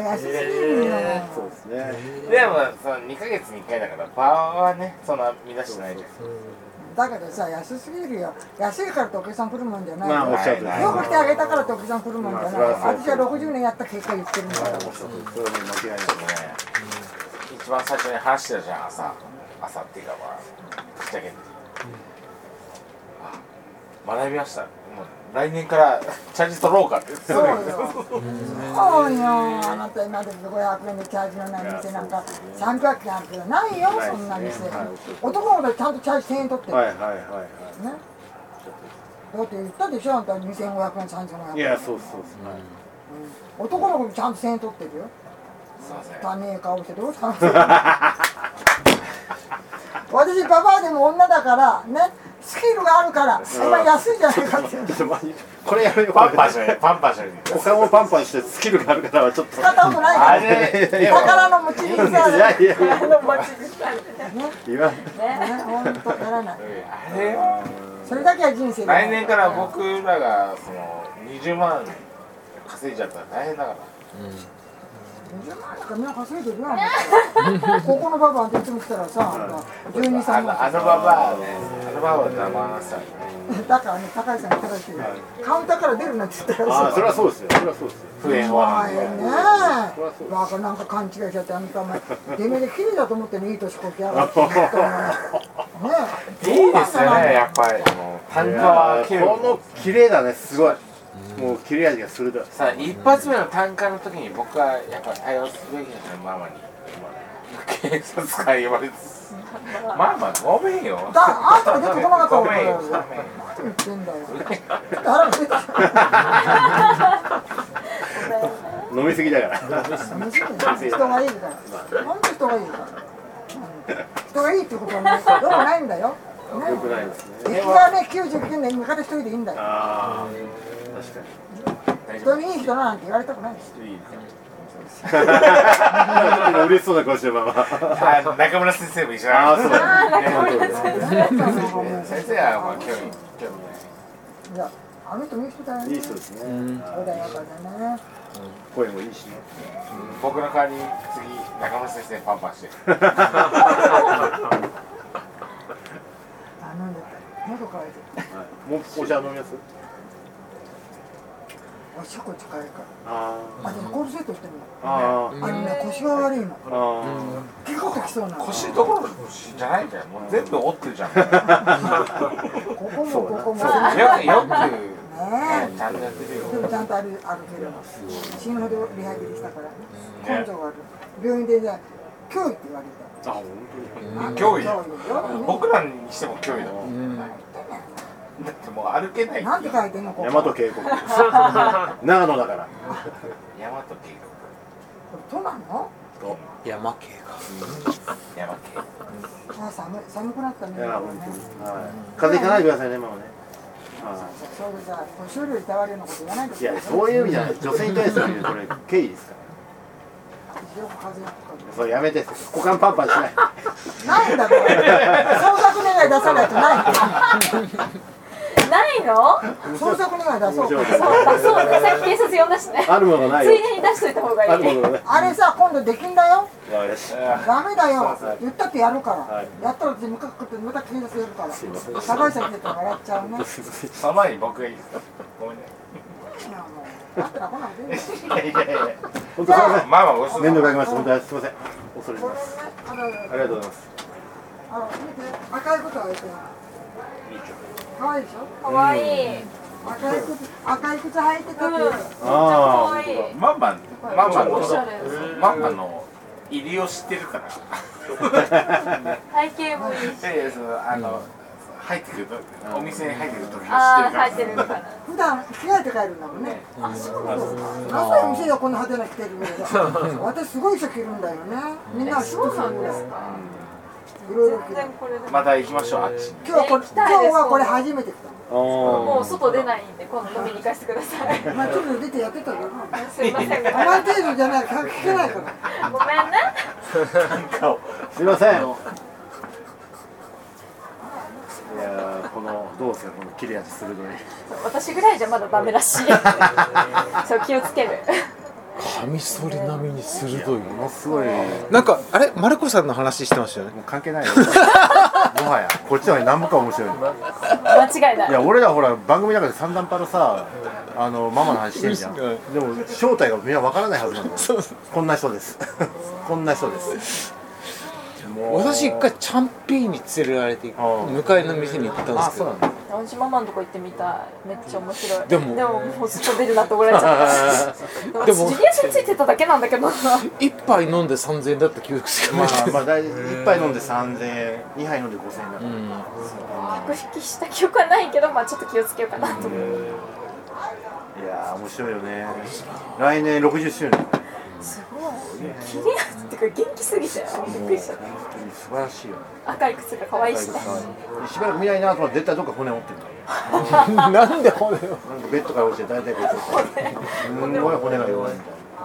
F: ー優しいんだよ
A: そうですね
B: でもその2ヶ月に1回だから場はねそんな乱してないじゃないですか
F: だけどさ安すぎるよ安いからってお客さん来るもんじゃないよ、
A: まあおっしゃるとり
F: よく来てあげたからってお客さん来るもんじゃな
A: まあそ
F: い、
A: れはそう
F: 私は60年やった結果言ってるんだから
A: そうそれはもう間違いない
B: ね一番最初に話してたじゃん朝朝っていうかまあ口だけってあ学びましたもう来年からチャージ取ろうかって
F: そうよそうよあなた今で500円でチャージのない店なんか300円あるけどないよそんな店、男の子でちゃんとチャージ1000円取ってる、
A: はいはいはいは
F: ねだって言ったでしょあんた2500円3500
A: い
F: 円
A: いやそうそうそう
F: 男の子もちゃんと1000円取ってるよ
B: すいません
F: 汚ねえ顔してどうしたの 私ババアでも女だからねスキルがあるから今安いじゃないかって
A: ちょっとマジこれやめよう
B: パンパンじゃないパンパンじゃない
A: 股間をパンパンしてスキルがある方はちょっと
F: 使ったことない
B: あ
F: から
B: れ
F: 宝の持ち主さ
A: いやいや
C: あの街自体
A: 言わん
C: ね。
F: ね本当ならない
B: あれ
F: それだけは人生だ
B: 来年から僕らがその20万稼いじゃったら大変だから
F: 20万とかみんな稼いでるやんここのババアっていつも来たらさ12
B: あ
F: 三
B: のあ
F: 万
B: のババアねあのババア騙されて
F: だからね高橋さんに高橋さんカウンターから出るなって言ったから
A: ああ
F: さ
A: それはそうですよそれはそうですよ
B: 不縁
F: 怖
B: はい
F: ねえ。バカなんか勘違いしちゃって、あんたお前、デメで綺麗だと思ってね、いい年こきやがって。ねえ。
B: いいですよねやっぱりあの誕生は切る
A: この綺麗だねすごいもう切れ味が鋭い
B: さあ一発目の単価の時に僕はやっぱ対応すべきなのママに警察官言われてママごめんよ
F: だあんたが出てこなかった
B: ご
F: んだ
B: めん
F: よ
B: よごめんよ
F: 何言ってんだよ。腹が出てき
A: 飲みすぎだ から
F: た。無視だよ人がいいから。本当人がいいから。うん人がいいってことはね、よくないんだよ。
A: 良くないですね
F: ね。敵がね、99年、味方一人でいいんだよ。
A: ああ確かに
F: 人にいい人なんて言われたくないです。
A: いいね。嬉しそうな顔してるまま。
B: あの中村先生も一緒な
A: あ
B: ん
A: あ、
B: で
A: そう
B: す
A: だ。
B: よ先生はまあ興味興味ない
F: いや、あの人もいい人だよ
A: いい
F: ね。
A: 人ですね。
F: 穏やかでね。
A: 声もいいしね。
B: 僕の代わりに次中村先生パンパンして
F: あ、飲んじゃった。喉乾いてる。
A: もうお茶飲みます。
F: おしっこ近いから。
A: あ
F: あ、でもコールセットしてみよ
A: あ。あ
F: う。あのね、腰が悪いの。
A: あ。あ
F: 結構きそうなの。
B: 腰どころじゃないんだよもう全部折ってるじゃんよ
F: ここもここ
B: く
F: も。ね
B: よくね
F: え。
B: ちゃんとやってるよ
F: でもちゃんと歩歩けるの。死ぬほどリハビリしたから。根性がある。病院でね、今日って言われ
A: あ、本
B: 脅
F: た。
B: 威
F: 脅威よ
B: 僕らにしても脅威だもんだってもう歩けない
F: なんて書いてんの
A: 当
F: こ
A: に。
F: こ。
A: 大和渓 谷。長野だから。
B: 大和渓
F: そうなの？
G: 山系が
B: 谷大和渓谷
F: あ、寒い寒くなったね。
A: いや、本
F: ね
A: 当に。はい。風邪ひかないでくださいね、ママね。は
F: そうでさ、年寄りをいたわれるようなこと言わないで
A: い。い
F: くだ
A: や、
F: さいよ。
A: そういう意味じゃない。女性に対するこれ敬意ですから。
F: 私よく風邪ひくから。
A: そうやめて。股間パンパンしない。
F: ないん だから。捜索願い出さないとないんだよ。
C: ないの？
F: 捜索願い出そう
A: 面白い
F: か。
C: そうだそうだ。さっき警察呼んだしね。
A: あるものない
C: つ
A: よ
C: い。でに出しといた方が
A: あ
C: い
A: る
C: い。
A: ものない。
F: あれさ、今度できんだよ。
A: よし。
F: ダメだよ
A: そうそう。
F: 言ったってやるから。
A: はい
F: やったらって向かくってまた警察やるか
A: い
F: ら。
A: ません
F: 高橋さん来てたら笑っちゃうね。いやも
B: その前に僕がいいですかごめんね
F: う、あったら来ないでいい
B: い
F: よ。
B: やいやいや
A: 本当すみま
B: ママごち
A: せ
B: そ
A: ん。
B: う
A: 面
B: さ
A: 倒かけま
B: ま
A: した。本当にすみません。恐れ入り
F: これ
A: ます。、
F: ねあの、
A: ありがとうございます。
F: あの、見て、赤いことあげて。可愛いでしょ
C: 可愛いい。
F: 赤い靴、赤い靴履いてたっていう。
A: あ
C: 可愛いい。
B: ママママの
C: おしゃれ
B: ママの入りを知ってるから
C: 体型もいいし。
B: いやいやそのあの、入ってくるお店に入ってくる時を知ってる
C: ああ
B: から
C: 入ってるのかな
F: 普段着替えて帰るんだもんね。
C: あそうなんですか
F: 朝店ではこんな派手な着てるんだけど、私すごい人着るんだよね。みんな知ってる
C: そうなんですか
F: いろいろ着
C: 全
F: る。
C: 然これで
B: また行きましょう あっちに
F: 今日はこれ
C: 行きたい
F: 今日
C: です
F: はこれ初めて来た。
A: お
C: もう外出ないんで今度飲みに行かせてくだ さい
F: まあちょっと出てやってたけど、あ
C: すいませんごめんね
F: まり程度じゃない関係ないから。
A: すいませんいやーこのどうですかこの切れ味鋭い
C: 私ぐらいじゃまだダメらしいそう気をつける
D: カミソリ並みに鋭い
A: ものすごいも
D: なんかあれマルコさんの話してましたよね
A: う関係 ないよもはやこっちの方が何もか面白い
C: 間違いない
A: いや俺らほら番組の中で三段パのさあのママの話してるじゃんでも正体がみんなわからないはずなんだよこんな人です こんな人ですもう
D: 私一回チャンピーに連れられて
A: あー
D: 向かいの店に行ったんで
A: あ
D: すけ
A: そうなん
D: ど
A: だ
C: 私ママのとこ行ってみたいめっちゃ面白い
D: でも
C: もう外出るなって怒られちゃった
D: で
C: でも
D: も
C: ジュニアさんついてただけなんだけど
D: 一杯飲んで3000円だった記憶しか
A: ま
D: ない
A: あまあ大1杯飲んで3000円2杯飲んで5000円だから、
C: 悪引きした記憶はないけどまあちょっと気をつけようかなと思う
A: いやー面白いよね来年60周年
C: すごい切れ味っていうか元気すぎてびっくりしちゃっ
A: 本当に素晴らしいよね
C: た赤い靴が可愛いしね
A: しばらく見ないなと思って絶対どっか骨折ってるんだよ
D: なんで骨を
A: なんかベッドから落ちて大体こうやってすんごい骨が弱いみたい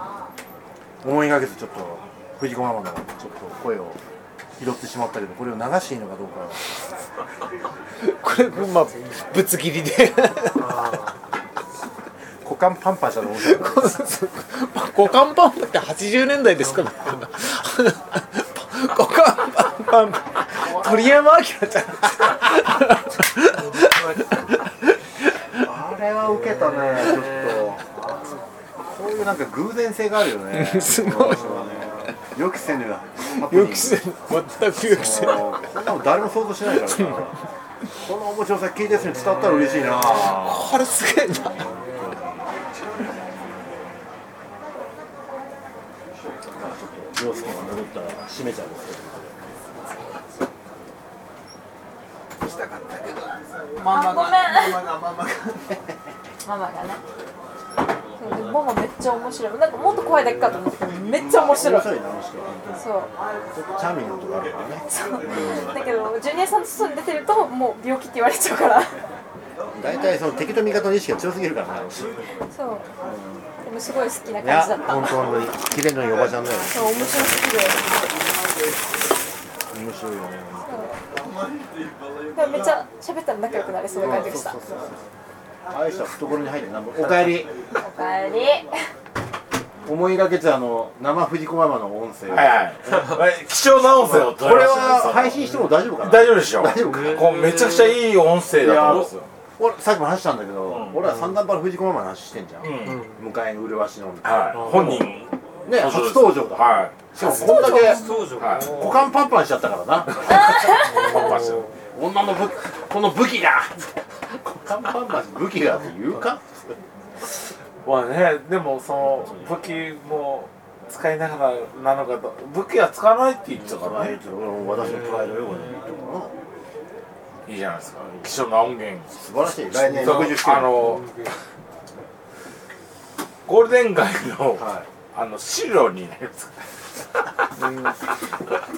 A: な思いがけずちょっと藤子ママのちょっと声を拾ってしまったけどこれを流していいのかどうか
D: これまあぶつ切りで
A: 股間パンパンしたら面白い
D: 股間パンパンって80年代ですから股間パンパン鳥山明ちゃん
A: あれは受けたねちょっとこういうなんか偶然性があるよ ね
D: すごい
A: この人はね予期せぬな
D: 予期せぬ全く予期せぬ
A: もうこんなの誰も想像しないからさこの面白さ聞いた人に伝わったら嬉しいな
D: これすげえな
A: 涼介が戻ったら閉めちゃうんですけど
C: あごめんママがねそうでママめっちゃ面白いなんかもっと怖いだけかと思ってたけどめっちゃ面白い
A: 面白いなあの人は本当に
C: そう
A: ちょっとチャーミングなとこあるからね
C: だけどジュニアさんと外に出てるともう病気って言われちゃうから
A: 大体その敵と味方の意識が強すぎるからねあの人い
C: そうでもすごい好きな感
A: や
C: じだった
A: 本当本当に綺麗のいいおばちゃんだよ
C: そう面白すぎる
A: 面白いよね
C: でもめっちゃ喋ったら仲良くなれそうな感じがした
A: そうそうそうああいう人は懐に入ってなんぼおかえり
C: おかえり
A: 思いがけずあの生藤子ママの音声を
B: はいはい貴重な音声を
A: こ
B: 取り
A: れ
B: ました
A: は
B: ね
A: 配信しても大丈夫かな
B: 大丈夫でしょ
A: 大丈夫か
B: こうめちゃくちゃいい音声だと思うんですよ
A: 俺さっきも話したんだけど、
B: ん
A: 俺は三段パの藤子ママの話してんじゃん、
B: うん
A: 向かいの麗しの
B: はい本人
A: ね初登場だ、
B: は
A: しかもこんだけ
B: いはい
A: 股間パンパンしちゃったからな
B: コンパス女の武この武器だ
A: 股間パンパン武器があって言うか
B: まあねでもその武器も使いながらなのかと武器は使わないって言ってたからね
A: 私のプライドよこれ
B: いいじゃないですか貴重な音源
A: 素晴らしい来年
B: その
A: 60周年
B: あのゴールデン街の、
A: は
B: あの資料になります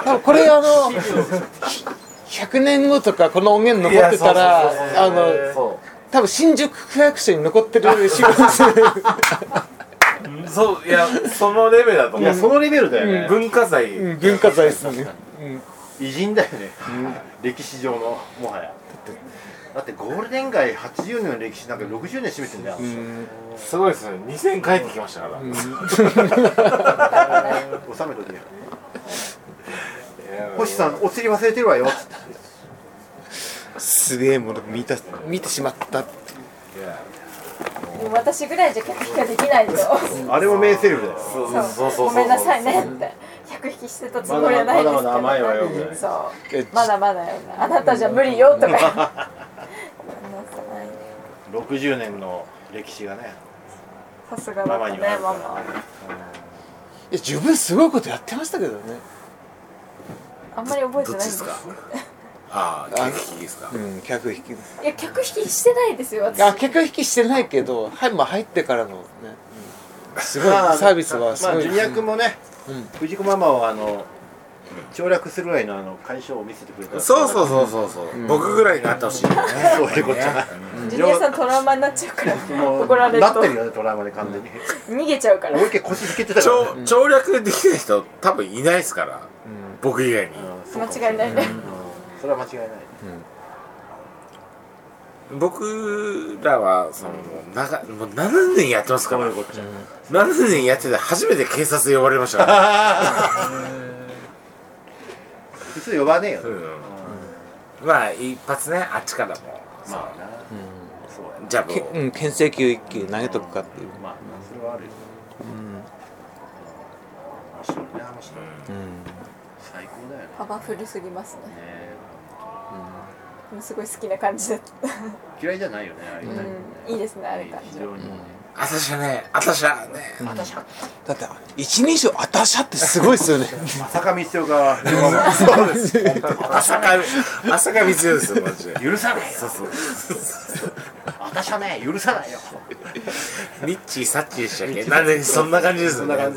D: 多分これあの100年後とかこの音源残ってた
B: いやそうそうそう
D: らあ
B: い
D: の
B: そ
D: 多分新宿区役所に残ってる資料ですね
B: うそういやそのレベルだと
A: い
B: 思
A: や
B: う
A: そのレベルだよね、
B: 文化財、
D: うん文化財ですね
A: 偉人だよね、歴史上のもはやだってゴールデン街80年の歴史なんか60年占めてんだよ、
B: すごいですね2000帰ってきましたから、い
A: 収めとけよ
B: や
A: 星さんお釣り忘れてるわよつって
D: すげえもの見た見てしまった
C: でも私ぐらいじゃ客引きはできないよ
A: あれも名セリフだよ
B: そうそう
C: そ
B: そううそう
C: ごめんなさいねって客引きしてたつもりはないですけ
A: まだま
C: ど、ね、
A: だ甘いわよみたいな
C: そう
D: え
C: まだまだよねあなたじゃ無理よとかごめんなさい
A: 60年の歴史がね
C: さすがだった
A: マ
C: ね
A: マには
C: ママ
D: いや自分すごいことやってましたけどね
C: あんまり覚えてないんです
B: どっちですああ、客引きですか。
D: うん客引きです
C: いや客引きしてないですよ私
D: あ客引きしてないけど、はいまあ、入ってからのね、うんすごい、
A: まあ
D: サービスはす
A: ま
D: ご
A: あ
D: い、
A: ジュニア君もね、
D: うん
A: 藤子ママをあの省略するぐらいのあの解消を見せてくれた
B: そうそうそうそうそう、僕ぐらいになってほしいよね。
A: そういうことじゃない
C: ジュニアさんトラウマになっちゃうから
A: もう
C: 怒られる
A: なってる
C: と
A: よねトラウマで完全に、
C: 逃げちゃうから
A: 思いっきり腰引けてたから、ね
B: 省省略できない人多分いないですから、僕以外に、
A: うんそうかもしれ
C: 間違いないね
A: うんそれは間違いない
B: 僕らはそのもう長もう7年やってますから、7年やってて初めて警察呼ばれましたから
A: 普通呼ばねえよ、
B: うんまあ一発ねあっちからも
A: まあな、そうやな
B: ジャブ
D: け
B: を
D: うん、牽制球一球投げとくかっていう、
A: まあそれはあるよ面白いね面白い、最高だよね
C: パワフルすぎますね
A: ね
C: でもすごい好きな感じだった、
A: 嫌いじゃないよねああいうタイプね
C: うん、いいですねあれ感じ
A: 非常に、
B: あたしゃねあたしゃね
D: だって一人称あたしゃってすごいですよね
A: 坂道とかそうです
B: 朝霞朝霞光代ですよマジで
A: 許さないよ
B: そうそう
A: 私はね許さないよ
B: ミッチーサッチーでしたっけなんでそんな感じですよね
A: だよ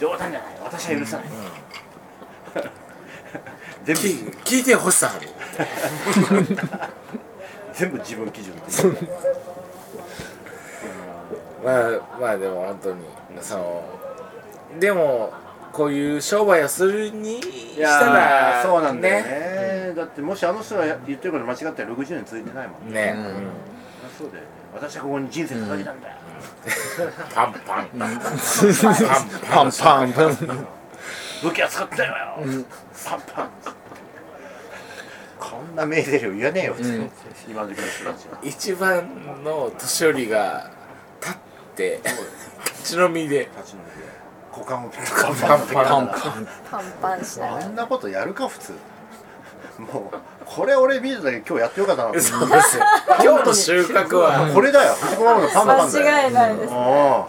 A: 冗談じゃない私は許さない、全
B: き
A: 部
B: 聞いて星さんに
A: 全部自分基準
B: まあまあでも本当にそのでもこういう商売をするにし
A: い
B: た
A: やー
B: ら
A: そうなんだよねだってもしあの人が言ってること間違ったら60年続いてないもんね
B: ねね、
A: そうだよね私はここに人生かけたんだよ、
B: パンパンパンパ
D: パ
B: ン
D: ンパンパン
A: 武器は使ったよよ、パンパンこんな名ゼリフ言わねえよ普通、今の時の人たちは
B: 一番の年寄りが立って立ち飲みで
A: 立ちの股間をピ
B: パンパンパ
D: パン
B: ン
D: パン
C: パンパンしなが
A: あ
C: ら
A: んなことやるか普通もうこれ俺見るだけ今日やってよかったな
B: そうですよ今日の収穫は、ま
A: これだよ藤子ママのパンパンだよ
C: 間違いないです
A: あ
B: あ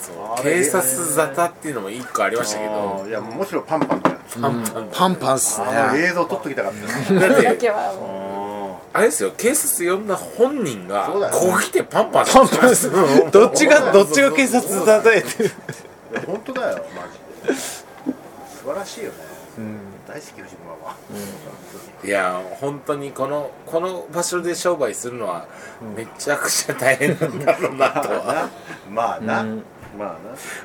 B: そう警察沙汰っていうのも一個ありましたけど
A: あいやむしろパンパンだよ
B: パンパン
D: パンパンっす
A: あの
D: ね
A: 映像撮っときたかった
B: だ
C: だ
B: って
C: けはも
B: あれですよ警察呼んだ本人が
A: そうだよ
B: こう来てパンパン
D: パンパンっすどっちがどっちが警察叩いてる
A: いや本当だよマジで素晴らしいよね、大好き藤子ママ、
B: いや本当にこのこの場所で商売するのはめちゃくちゃ大変なんだろうなと は
A: まあな、まあな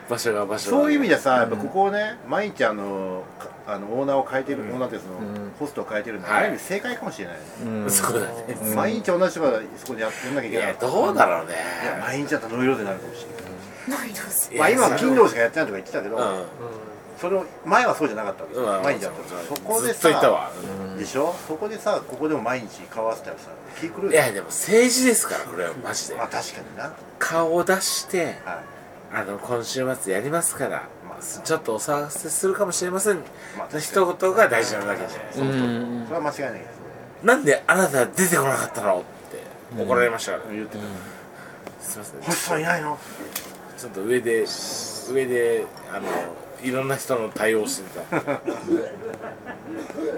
B: 場所が場所が
A: そういう意味でさ、やっぱここをね、毎日あの、かあのオーナーを変えてる、オーナーってその、ホストを変えてるのは、
B: はい
A: ある意味正解かもしれないね、
B: そうだね
A: 毎日同じ人がそこでやってなきゃい
B: い
A: けな
B: や
A: い。
B: どうだろうね
A: いや毎日だったらノイローゼになるかもしれない。
B: いや
A: まあ今は
B: それ
A: 金労しかやってないとか言ってたけど、
B: うん
A: それを前はそうじゃなかったわけ、
B: うん
A: 毎日だったから。そこで
B: ずっといた
A: さ
B: わ、
A: でしょそこでさ、ここでも毎日顔合わせたらさ、気狂うよ
B: いやでも政治ですからこれはマジで
A: まあ確かにな。
B: 顔を出して
A: はい。
B: あの今週末やりますから、
A: まあ
B: ちょっとお騒がせするかもしれません
A: まあ
B: の一言が大事なだけじゃないですか、
A: それは間違いないけどね。
B: なんであなた出てこなかったのって怒られましたから、
A: 言ってた。
B: すいません
A: 星さんいないの
B: ちょっと上で上であのいろんな人の対応してた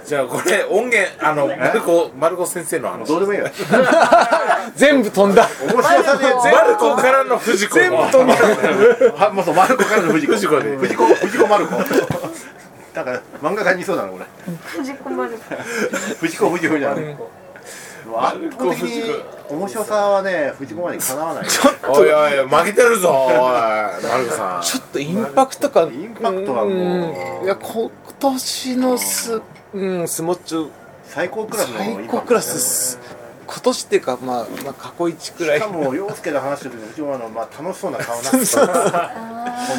B: じゃあこれ音源あのマルコマルコ先生の話
A: どうでもいいよ。
D: 全部飛んだ
A: 面白さで
B: マルコからの藤子の
A: はもうそうマルコからの藤子
B: 藤子で
A: 藤子藤子マルコだから漫画家にいそうだなこれ
C: 藤子丸
A: 藤子藤子じゃないもう圧倒的に面白さはね藤子までかなわない
B: おいおい負けてるぞおいマルコさん
D: ちょっとインパクト感
A: インパクトはもうん
D: いや今年のスうんスモッチョ
A: 最高クラスの
D: 最高クラスっす今年っていうかまあまあ過去一くら
A: し
D: い
A: かも陽介の話してる時の藤子マルのまあ楽しそうな顔な
D: そう
A: 本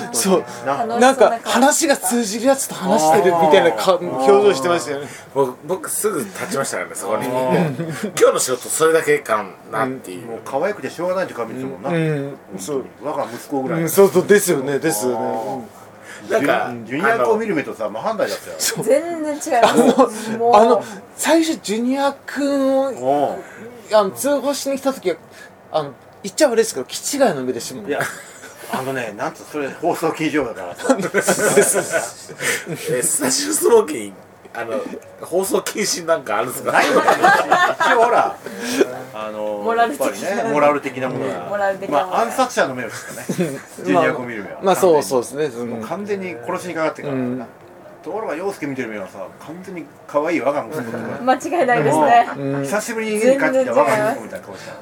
A: 当に
D: そう
A: な
C: 楽し
D: なん
C: そう
D: か
C: な顔
D: 話が通じるやつと話してるみたいなか表情してましたよね
B: 僕僕すぐ立ちましたからねそこに今日の仕事それだけかなっていう、
A: もう可愛くてしょうがない時間見てたもんな
D: うんそう
A: 我が息子ぐら
D: う
A: い
D: んそうそうですよねですよね
B: なんか
A: ジュニアを見る目とさ真反対だったよ
C: 全然違いますもう
D: あの最初ジュニア君を
A: おう
D: あの通報しに来た時はあの言っちゃ悪いですけど気違いの目でしたもん
A: いやあのねなんつう それ放送禁止用語だからさ
B: えスタジオスモーキーあの放送禁止なんかあるんですか
A: ないのかな一応ほらあの
C: モラル的な
A: やっぱりねモラル的なものが
C: モラル的
A: ま
C: な
A: あ暗殺者の目をしてたねジュニアコミル目は
D: まあそうそうですね、う、
A: もうん完全に殺しにかかってから、
D: うん
A: ところが陽介見てる目はさ完全に可愛い我が息子とか、
C: 間違いないですね。
D: うん
A: 久しぶりに家に帰ってきた我が息子みたいな顔してたか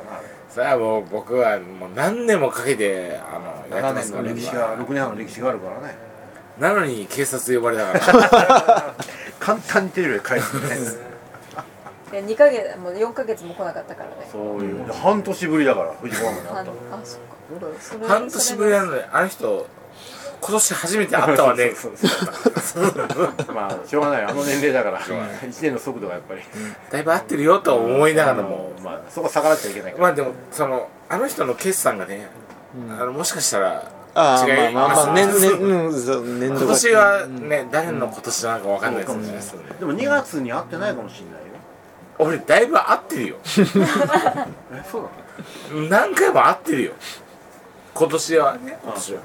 A: ら
B: さあもう僕はもう何年もかけてあのや
A: 7
B: ってま
A: 年
B: すか
A: の
B: ら
A: 歴史が6年半の歴史があるからね
B: なのに警察呼ばれたから
A: 簡単にテレビで返すね
C: いや二ヶ月もう四ヶ月も来なかったからね。
A: そういう半年ぶりだから藤子ママに会
C: あ
A: ったの
C: あそっか。それ
B: 半年ぶりなのにあの人今年初めて会ったわね
A: そうそうそうまあしょうがないよあの年齢だから1年の速度がやっぱり
B: だいぶ会ってるよとは思いながらも
A: あのまあそこ逆らっちゃいけないから
B: まあでもそのあの人の決算がね、あのもしかしたら
D: あ
B: 違
D: あ
B: い
D: まあ
B: ます
D: まあまあ年々、うん、そう年
B: 今
D: 度が
B: 年はね、誰の今年なのかわかんないですよね、
A: でも2月に会ってないかもしれないよ
B: 俺だいぶ会ってるよ
A: えそうなの
B: 何回も会ってるよ今年はね今年は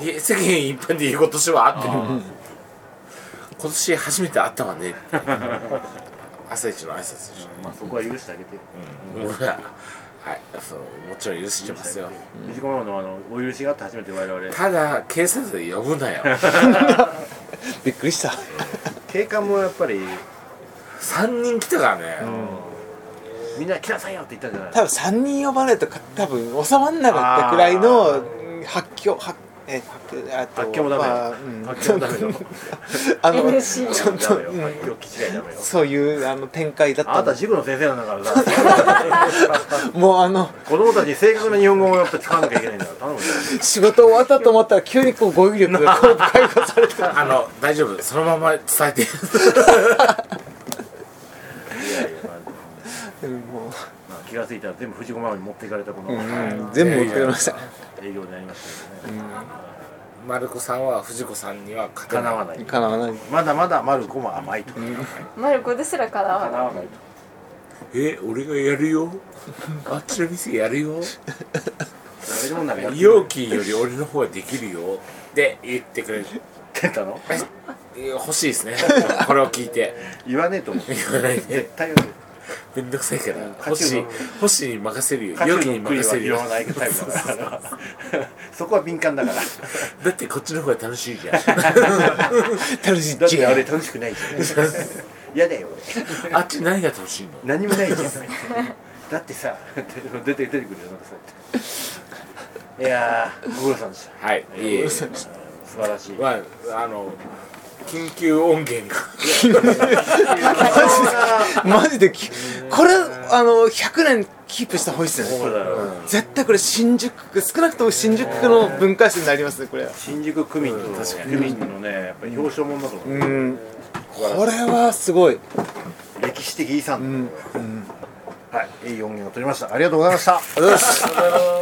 B: え世間一般で言う今年は会ってるよ今年初めて会ったわ ね朝一の挨拶でしょ
A: まあそこは許してあげてよ
B: 俺ははいそうもちろん許してますよ
A: 藤子ママのあのお許しがあって初めて我々
B: ただ警察で呼ぶなよ
D: びっくりした
A: 警官もやっぱり
B: 3人来たからね、
A: みんな来なさいよって言ったんじゃない
D: 多分3人呼ばないとか多分収まんなかったくらいの
A: あ
D: うん発狂発え発狂あと
A: 発狂もダメ
D: まあうん
A: 発狂もダメだよ
D: あの
C: NC
D: ちょっと
A: ダメよ発狂気違いダメよ
D: そういうあの展開だっ
A: あ
D: た
A: なた
D: の
A: 塾の先生なんだから さ
D: もうあの
A: 子供たちに正確な日本語をやっぱ使わなきゃいけないんだから頼むよ
D: 仕事終わったと思ったら急にこう語彙力 がこう解放されて
B: あの大丈夫そのまま伝えて
A: いやいやまあ
D: うんも
A: まあ気がついたら全部藤子ママに持っていかれたこの
D: う、う
A: 営
D: ん、全部受けました
A: 業になりましたけどね
B: 丸子さんは藤子さんには勝て
A: 叶
B: ない
A: わない
D: かなわない
A: まだまだマルコも甘いと叶
C: マルコですらかなわない。
A: わないと
B: え俺がやるよ あっちの店やるよ
A: 誰でもなんかやって
B: 容器より俺の方ができるよって言ってくれる
A: たの
B: え欲しいで すねこれを聞いて
A: 言わねえと思う
B: 言わないで
A: 絶対言わね
B: めんどくさいから
A: カチュー
B: 星
A: の
B: 星に任せるよ
A: え
B: 容
A: カ
B: 器
A: チュ
B: に
A: ーの栗は
B: 任せる
A: 拾
B: よ
A: わない タイプだからそこは敏感だから
B: だってこっちの方が楽しい じゃん
D: 楽しい
A: だってあ
D: 違
A: れ
D: う
A: 楽しくないじ ゃん嫌だよ俺
B: あっち何が楽しいの
A: 何もないじゃん だってさ 出て出てくるよなんかそうやっていやーご苦労さんでした
B: はいいえいえ
A: 素晴らしい
B: まああの緊急音源が
D: マジできこれあの100年キープした方がいいっすよ
A: そう
D: ね
A: だよ
D: 絶対これ新宿区少なくとも新宿区の文化史になりますねこれ
A: 新宿区民と区民のねやっぱり表彰もんだと思う、
D: うんこれはすごい
A: 歴史的遺産だと思う、はいいい音源を取りましたありがとうございました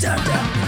H: ダメだ